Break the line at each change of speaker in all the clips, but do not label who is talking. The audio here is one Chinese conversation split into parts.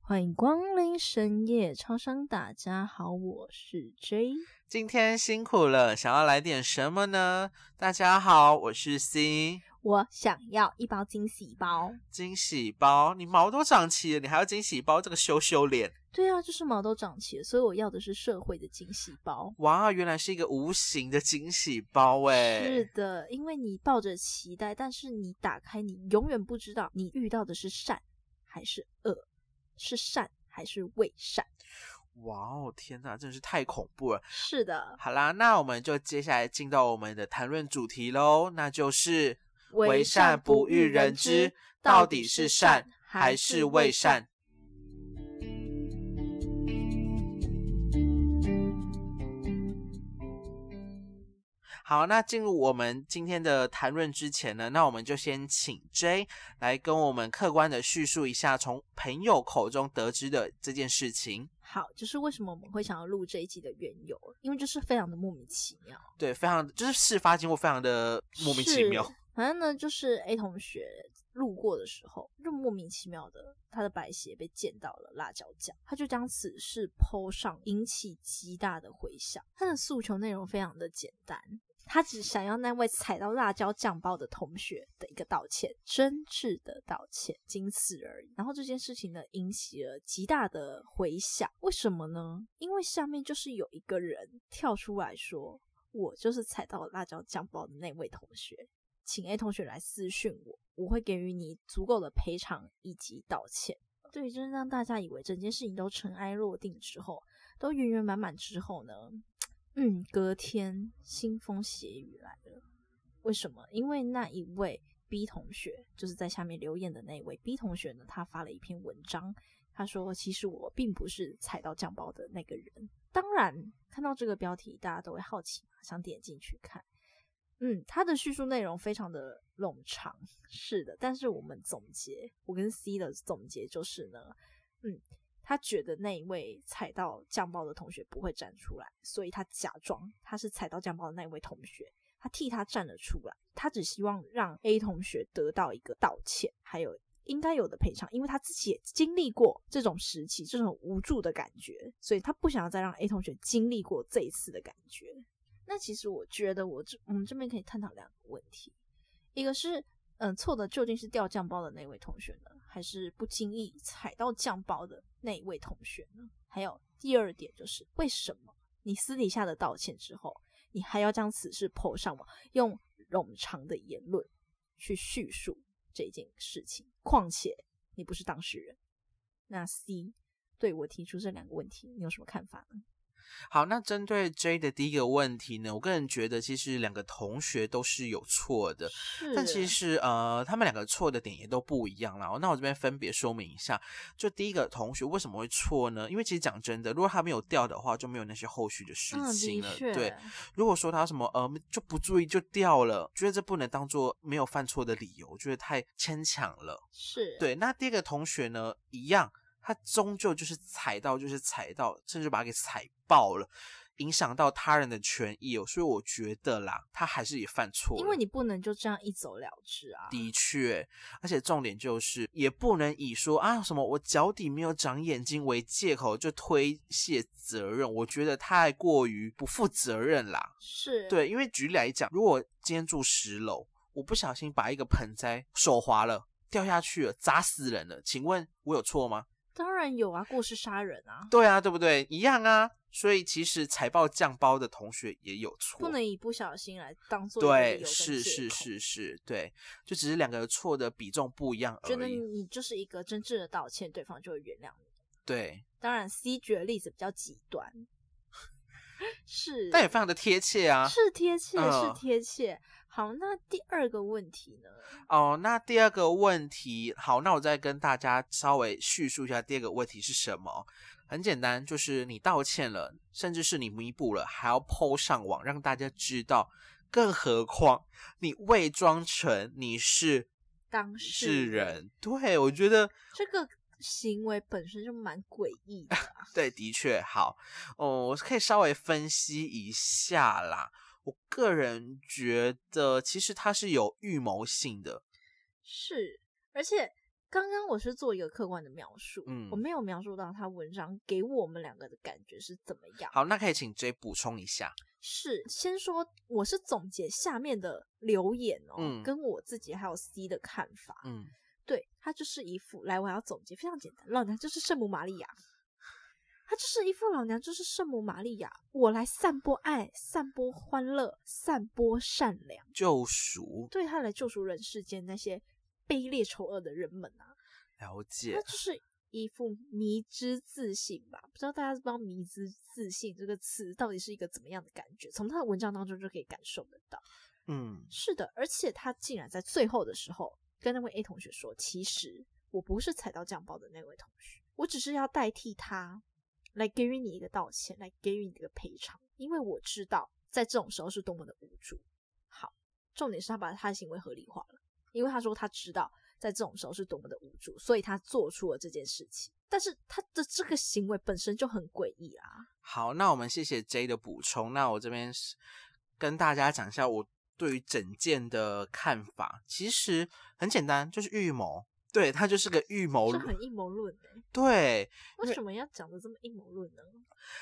欢迎光临深夜超商，大家好，我是 J。
今天辛苦了，想要来点什么呢？大家好，我是 C
我想要一包惊喜包。
惊喜包。你毛都长齐了，你还要惊喜包？这个羞羞脸！
对啊，就是毛都长齐了，所以我要的是社会的惊喜包。
哇，原来是一个无形的惊喜包哎。
是的，因为你抱着期待，但是你打开，你永远不知道你遇到的是善还是恶，是善还是未善。
哇哦，天哪，真是太恐怖了。
是的，
好啦，那我们就接下来进到我们的谈论主题喽，那就是
为善不欲人知，到底是善还
还
是
是
未
未
善
善？好，那进入我们今天的谈论之前呢，那我们就先请 J 来跟我们客观的叙述一下从朋友口中得知的这件事情。
好，就是为什么我们会想要录这一集的缘由，因为就是非常的莫名其妙。
对，非常就是事发经过非常的莫名其妙
是。反正呢，就是 A 同学路过的时候，就莫名其妙的，他的白鞋被溅到了辣椒酱，他就将此事抛上，引起极大的回响。他的诉求内容非常的简单，他只想要那位踩到辣椒酱包的同学的一个道歉，真挚的道歉，仅此而已。然后这件事情呢，引起了极大的回响。为什么呢？因为下面就是有一个人跳出来说。我就是踩到辣椒酱包的那位同学，请 A 同学来私讯我，我会给予你足够的赔偿以及道歉。对于就是让大家以为整件事情都尘埃落定之后，都圆圆满满之后呢，嗯，隔天腥风血雨来了。为什么？因为那一位 B 同学，就是在下面留言的那一位 B 同学呢，他发了一篇文章，他说：“其实我并不是踩到酱包的那个人。”当然，看到这个标题，大家都会好奇嘛，想点进去看。嗯，他的叙述内容非常的冗长，是的。但是我们总结，我跟 C 的总结就是呢，嗯，他觉得那一位踩到酱包的同学不会站出来，所以他假装他是踩到酱包的那一位同学，他替他站了出来。他只希望让 A 同学得到一个道歉，还有应该有的赔偿，因为他自己也经历过这种时期，这种无助的感觉，所以他不想要再让 A 同学经历过这一次的感觉。那其实我觉得我这我们这边可以探讨两个问题，一个是嗯错的究竟是掉酱包的那位同学呢，还是不经意踩到酱包的那一位同学呢？还有第二点就是为什么你私底下的道歉之后，你还要将此事抛上网，用冗长的言论去叙述这件事情？况且你不是当事人。那 C 对我提出这两个问题，你有什么看法呢？
好，那针对 J 的第一个问题呢，我个人觉得其实两个同学都是有错的，但其实呃，他们两个错的点也都不一样啦。哦那我这边分别说明一下，就第一个同学为什么会错呢？因为其实讲真的，如果他没有掉的话，就没有那些后续的事
嗯，
情
的
了。
确，
对，，如果说他什么呃就不注意就掉了，觉得这不能当做没有犯错的理由，我觉得太牵强了。
是，
对，那第一个同学呢，一样，他终究就是踩到，就是踩到，甚至把他给踩爆了，影响到他人的权益哦。所以我觉得啦，他还是也犯错了，
因为你不能就这样一走了之啊。
的确，而且重点就是，也不能以说啊什么我脚底没有长眼睛为借口就推卸责任，我觉得太过于不负责任啦。
是，，
对，因为举例来讲，如果今天住十楼，我不小心把一个盆栽手滑了，掉下去了，砸死人了，请问我有错吗？
当然有啊，过失杀人啊，
对啊，对不对？一样啊。所以其实财报酱包的同学也有错，
不能以不小心来当做
对，是是。是是，对，就只是两个错的比重不一样而
觉得
已。
你就是一个真挚的道歉，对方就会原谅你。
对，
当然，C 举的例子比较极端， 是，
但也非常的贴切啊。
是贴切，
嗯
是贴切。好，那第二个问题呢？
哦，那第二个问题，好，那我再跟大家稍微叙述一下第二个问题是什么。很简单，就是你道歉了，甚至是你弥补了，还要 PO 上网让大家知道。更何况你伪装成你是
当事
是人，对我觉得
这个行为本身就蛮诡异的啊、
对，的确好。哦，我可以稍微分析一下啦。我个人觉得，其实它是有预谋性的，
是，而且刚刚我是做一个客观的描述，
嗯
我没有描述到他文章给我们两个的感觉是怎么样。
好，那可以请 J 补充一下。
是先说我是总结下面的留言哦，
嗯
跟我自己还有 C 的看法。
嗯，
对，它就是一副来，我要总结，非常简单，老娘就是圣母玛利亚，它就是一副老娘就是圣母玛利亚，我来散播爱，散播欢乐，散播善良，
救赎
对他来救赎人世间那些卑劣丑恶的人们啊，
了
那
解，
就是一副迷之自信吧。不知道大家知不知道“迷之自信”这个词到底是一个怎么样的感觉？从他的文章当中就可以感受得到。
嗯，
是的，而且他竟然在最后的时候跟那位 A 同学说：“其实我不是踩到酱包的那位同学，我只是要代替他来给予你一个道歉，来给予你一个赔偿，因为我知道在这种时候是多么的无助。”好，重点是他把他的行为合理化了，因为他说他知道在这种时候是多么的无助，所以他做出了这件事情。但是他的这个行为本身就很诡异啊，
好，那我们谢谢 J 的补充。那我这边是跟大家讲一下我对于整件的看法，其实很简单，就是预谋。对，它就是个预谋
是
论。
很阴谋论的、
对，
为什么要讲的这么阴谋论呢？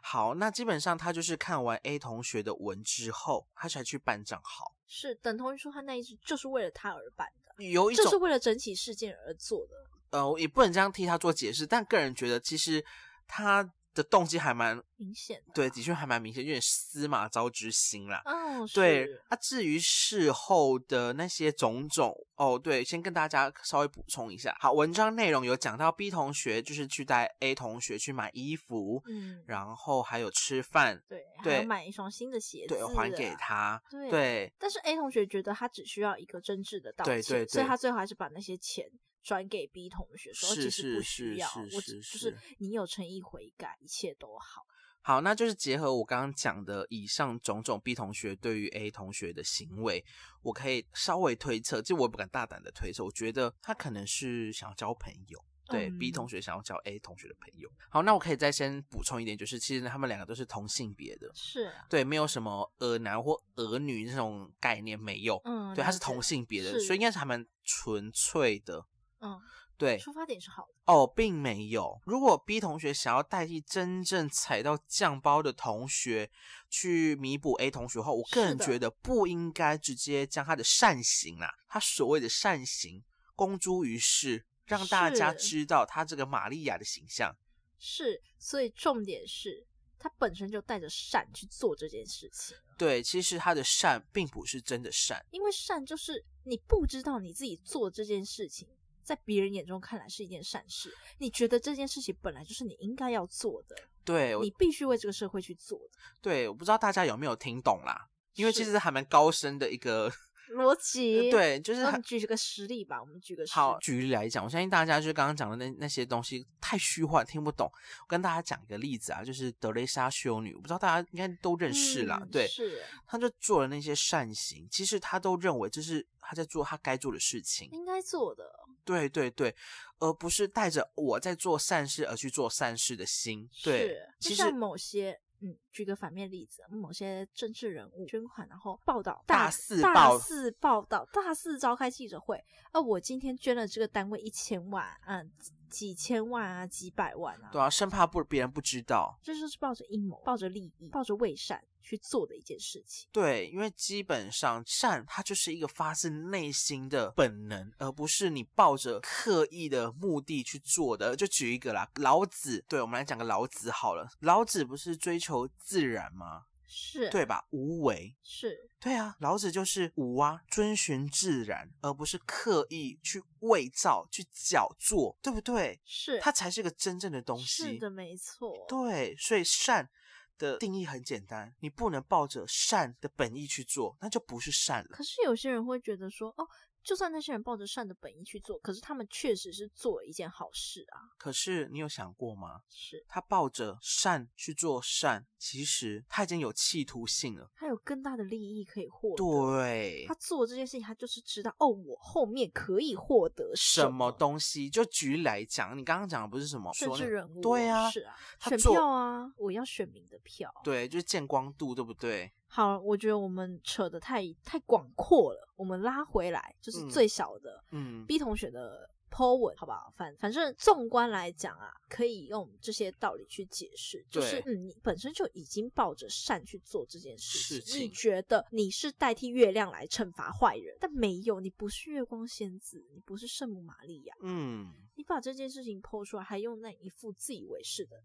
好，那基本上他就是看完 A 同学的文之后，他才去办账号，
是等同于说他那一支就是为了他而办的，
有一
就是
种
为了整起事件而做的。
呃，我也不能这样替他做解释，但个人觉得其实他的动机还蛮
明显的
对，的确还蛮明显，有点司马昭之心啦。
哦，
对
是，
啊，至于事后的那些种种，哦，对，先跟大家稍微补充一下。好，文章内容有讲到 B 同学就是去带 A 同学去买衣服，
嗯，
然后还有吃饭，
对，还
对
要买一双新的鞋子，啊
对，还给。他，
对
对，
但是 A 同学觉得他只需要一个真挚的道歉，
对对对
所以他最后还是把那些钱转给 B 同学，说
是
其实不
是
需要，
是
我
是
只就是是你有诚意悔改，一切都好。
好，那就是结合我刚刚讲的以上种种 B 同学对于 A 同学的行为，我可以稍微推测，就我也不敢大胆的推测，我觉得他可能是想要交朋友。对、B
嗯
同学想要交 A 同学的朋友。好，那我可以再先补充一点，就是其实他们两个都是同性别的，
是啊，
对，没有什么儿男或儿女这种概念，没有。
嗯，
对，他
了
是
解
同，性别的，
是
所以应该是还蛮纯粹的。
嗯，
对，
出发点是好的，
哦，并没有。如果 B 同学想要代替真正踩到酱包的同学去弥补 A 同学的话，我个
是
人
的
觉得不应该直接将他的善行啊，他所谓的善行公诸于世，让大家
是
知道他这个玛利亚的形象。
是，所以重点是他本身就带着善去做这件事情。
对，其实他的善并不是真的善，
因为善就是你不知道你自己做这件事情，在别人眼中看来是一件善事，你觉得这件事情本来就是你应该要做的，
对，我
你必须为这个社会去做的
对，我不知道大家有没有听懂啦，因为其
是
实还蛮高深的一个，
逻辑。，
对，就是
那
很
你举个实例吧，我们举个实例。
好，举例来讲，我相信大家就是刚刚讲的那那些东西太虚幻，听不懂。我跟大家讲一个例子啊，就是德蕾莎修女，我不知道大家应该都认识啦，
嗯
对，
是
她就做了那些善行，其实她都认为这是她在做她该做的事情，
应该做的，
对对对，而不是带着我在做善事而去做善事的心，对
是，
其
就
实
像某些。嗯，举个反面例子，某些政治人物捐款，然后报道
嗯大
大
肆报
大肆报道，大肆召开记者会。啊，我今天捐了这个单位一千万，嗯，几千万啊，几百万啊，
对啊，生怕不别人不知道，
这就是抱着阴谋、抱着利益、抱着为善去做的一件事情。
对，因为基本上善，它就是一个发自内心的本能，而不是你抱着刻意的目的去做的。就举一个啦，老子，对我们来讲个老子好了，老子不是追求自然吗？
是，
对吧？无为，
是，
对啊，老子就是无啊，遵循自然，而不是刻意去伪造、去矫作，对不对？
是，
它才是个真正的东西。
是的，没错。
对，所以善的定义很简单，你不能抱着善的本意去做，那就不是善了。
可是有些人会觉得说，哦，就算那些人抱着善的本意去做，可是他们确实是做了一件好事啊。
可是你有想过吗？
是，
他抱着善去做善，其实他已经有企图性了。
他有更大的利益可以获得。
对
他，做这件事情，他就是知道，哦，我后面可以获得
什
么
么东西？就举例来讲，你刚刚讲的不是什么
政
说
治
那
人物哦，
对啊
是啊，
他
选
做
票啊，我要选民的票。
对，就是见光度，对不对？
好，我觉得我们扯得太太广阔了，我们拉回来，就是
嗯
最小的、
嗯，
B 同学的 po 文，好不好？反反正纵观来讲啊，可以用这些道理去解释，就是
对
嗯，你本身就已经抱着善去做这件事
事
情，你
情
觉得你是代替月亮来惩罚坏人，但没有，你不是月光仙子，你不是圣母玛利亚，
嗯，
你把这件事情剖出来，还用那一副自以为是的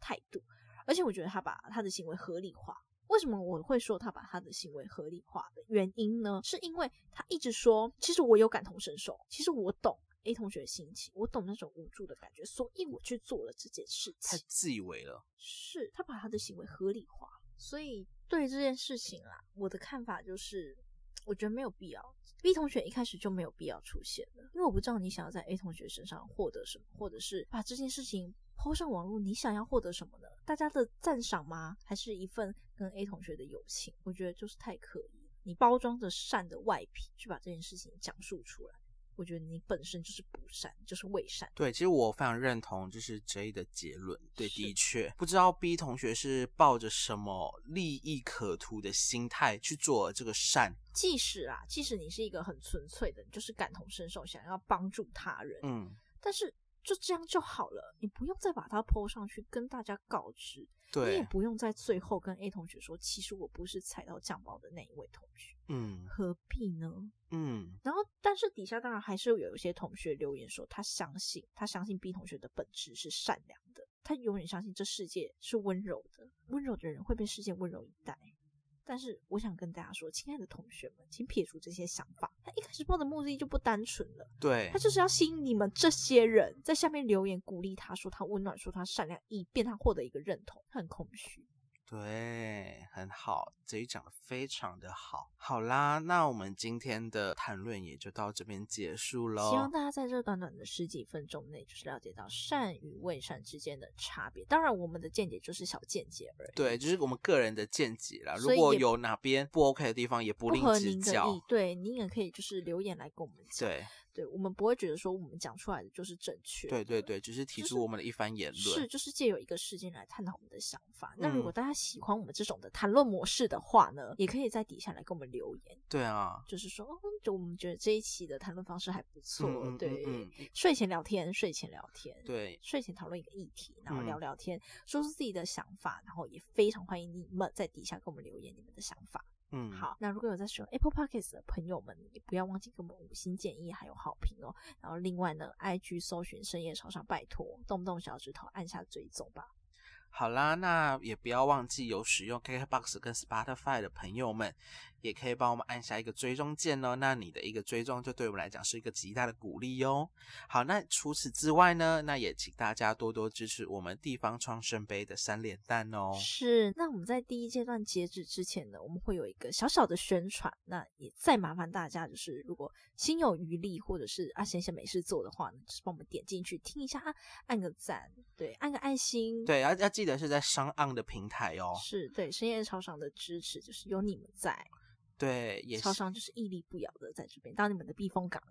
态度，而且我觉得他把他的行为合理化。为什么我会说他把他的行为合理化的原因呢？是因为他一直说，其实我有感同身受，其实我懂 A 同学的心情，我懂那种无助的感觉，所以我去做了这件事
太
情。
自以为了。
是他把他的行为合理化，所以对这件事情啦，我的看法就是，我觉得没有必要。B 同学一开始就没有必要出现了，因为我不知道你想要在 A 同学身上获得什么，或者是把这件事情抛上网络，你想要获得什么呢？大家的赞赏吗？还是一份跟 A 同学的友情？我觉得就是太刻意了，你包装着善的外皮去把这件事情讲述出来，我觉得你本身就是不善，就是伪善。
对，其实我非常认同就是 J 的结论。对，
是
的确，不知道 B 同学是抱着什么利益可图的心态去做这个善。
即使啊，即使你是一个很纯粹的，你就是感同身受，想要帮助他人，
嗯，
但是就这样就好了，你不用再把它抛上去跟大家告知，你也
对，
不用在最后跟 A 同学说，其实我不是踩到酱包的那一位同学，
嗯
何必呢？
嗯，
然后，但是底下当然还是有一些同学留言说，他相信，他相信 B 同学的本质是善良的，他永远相信这世界是温柔的，温柔的人会被世界温柔以待。但是我想跟大家说，亲爱的同学们，请撇除这些想法。他一开始抱的目的就不单纯了，
对
他，就是要吸引你们这些人在下面留言鼓励他，说他温暖，说他善良，以便他获得一个认同。他很空虚，
对，很好，J 讲的非常的好。好啦，那我们今天的谈论也就到这边结束
希望
喽。
大家在这短短的十几分钟内，就是了解到善与未善之间的差别。当然，我们的见解就是小见解而已，
对，就是我们个人的见解啦。如
所以
果
也
有哪边不 OK 的地方，也不
不
吝
合
指
您的
教
意。。对，您也可以就是留言来跟我们讲。
对，
对，我们不会觉得说我们讲出来的就是正确。
对对。对，只是提
就是
出我们的一番言论。
是，就是借由一个事件来探讨我们的想法。那如
嗯
果大家喜欢我们这种的谈论模式的话呢，也可以在底下来跟我们留言。
对啊，
就是说，哦，就我们觉得这一期的谈论方式还不错，
嗯嗯
对、
嗯嗯
睡前聊天，睡前聊天，，
对，
睡前讨论一个议题，然后
嗯
聊聊天，说出自己的想法，然后也非常欢迎你们在底下给我们留言你们的想法。
嗯，，
好，那如果有在使用 Apple Podcast 的朋友们，也不要忘记给我们五星建议还有好评哦。然后另外呢，IG 搜寻深夜朝上，拜托动不动小指头按下追踪吧。
好啦，那也不要忘记有使用 KKBox 跟 Spotify 的朋友们，也可以帮我们按下一个追踪键哦。那你的一个追踪，就对我们来讲是一个极大的鼓励哟。好，那除此之外呢，那也请大家多多支持我们地方创生杯的三连弹哦。
是，那我们在第一阶段截止之前呢，我们会有一个小小的宣传。那也再麻烦大家，就是如果心有余力，或者是啊闲闲没事做的话呢，就是帮我们点进去听一下，啊按个赞，对，按个爱心，，
对，要要记得是在商岸的平台哦。
是对深夜超商的支持，就是有你们在，
对，也是
超。商就是屹立不摇的在这边当你们的避风港。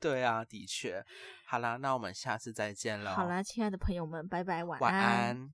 对啊，的确。好啦，那我们下次再见喽。
好啦，亲爱的朋友们，拜拜，晚
晚安。